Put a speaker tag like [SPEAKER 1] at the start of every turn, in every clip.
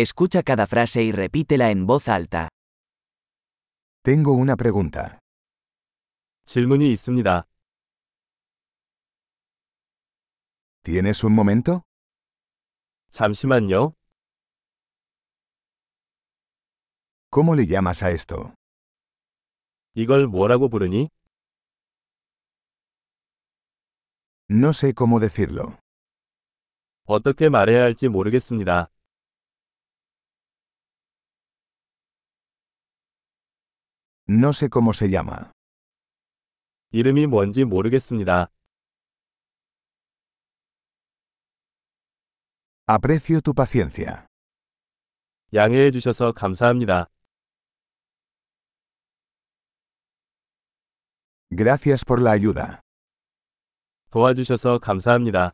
[SPEAKER 1] Escucha cada frase y repítela en voz alta.
[SPEAKER 2] Tengo una pregunta.
[SPEAKER 3] 질문이 있습니다.
[SPEAKER 2] ¿Tienes un momento?
[SPEAKER 3] 잠시만요.
[SPEAKER 2] ¿Cómo le llamas a esto?
[SPEAKER 3] 이걸 뭐라고 부르니?
[SPEAKER 2] No sé cómo decirlo.
[SPEAKER 3] 어떻게 말해야 할지 모르겠습니다.
[SPEAKER 2] No sé cómo se llama.
[SPEAKER 3] 이름이 뭔지 모르겠습니다.
[SPEAKER 2] Aprecio tu paciencia.
[SPEAKER 3] 양해해 주셔서 감사합니다.
[SPEAKER 2] Gracias por la ayuda.
[SPEAKER 3] 도와주셔서 감사합니다.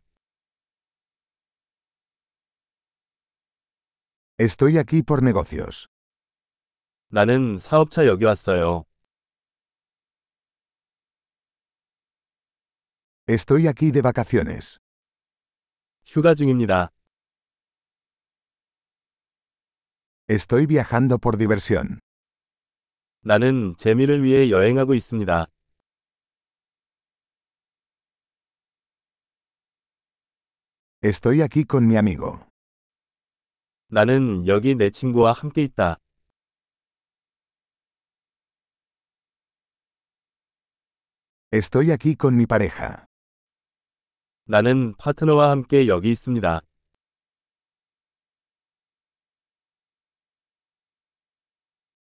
[SPEAKER 2] Estoy aquí por negocios.
[SPEAKER 3] 나는 사업차 여기 왔어요.
[SPEAKER 2] Estoy aquí de vacaciones.
[SPEAKER 3] 휴가 중입니다.
[SPEAKER 2] Estoy viajando por diversión.
[SPEAKER 3] 나는 재미를 위해 여행하고 있습니다.
[SPEAKER 2] Estoy aquí con mi amigo.
[SPEAKER 3] 나는 여기 내 친구와 함께 있다.
[SPEAKER 2] Estoy aquí con mi pareja.
[SPEAKER 3] 나는 파트너와 함께 여기 있습니다.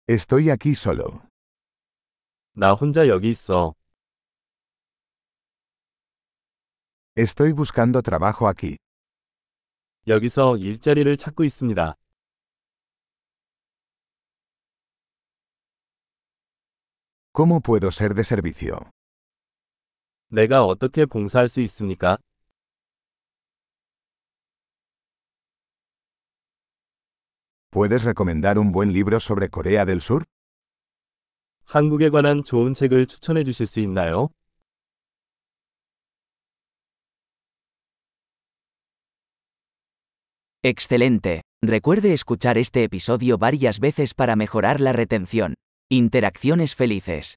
[SPEAKER 2] Estoy aquí solo.
[SPEAKER 3] 나 혼자 여기 있어.
[SPEAKER 2] Estoy buscando trabajo aquí.
[SPEAKER 3] 여기서 일자리를 찾고 있습니다.
[SPEAKER 2] ¿Cómo puedo ser de servicio?
[SPEAKER 3] 내가 어떻게 봉사할 수 있습니까?
[SPEAKER 2] ¿Puedes recomendar un buen libro sobre Corea del Sur?
[SPEAKER 3] 한국에 관한 좋은 책을 추천해 주실 수 있나요?
[SPEAKER 1] Excelente. Recuerde escuchar este episodio varias veces para mejorar la retención. Interacciones felices.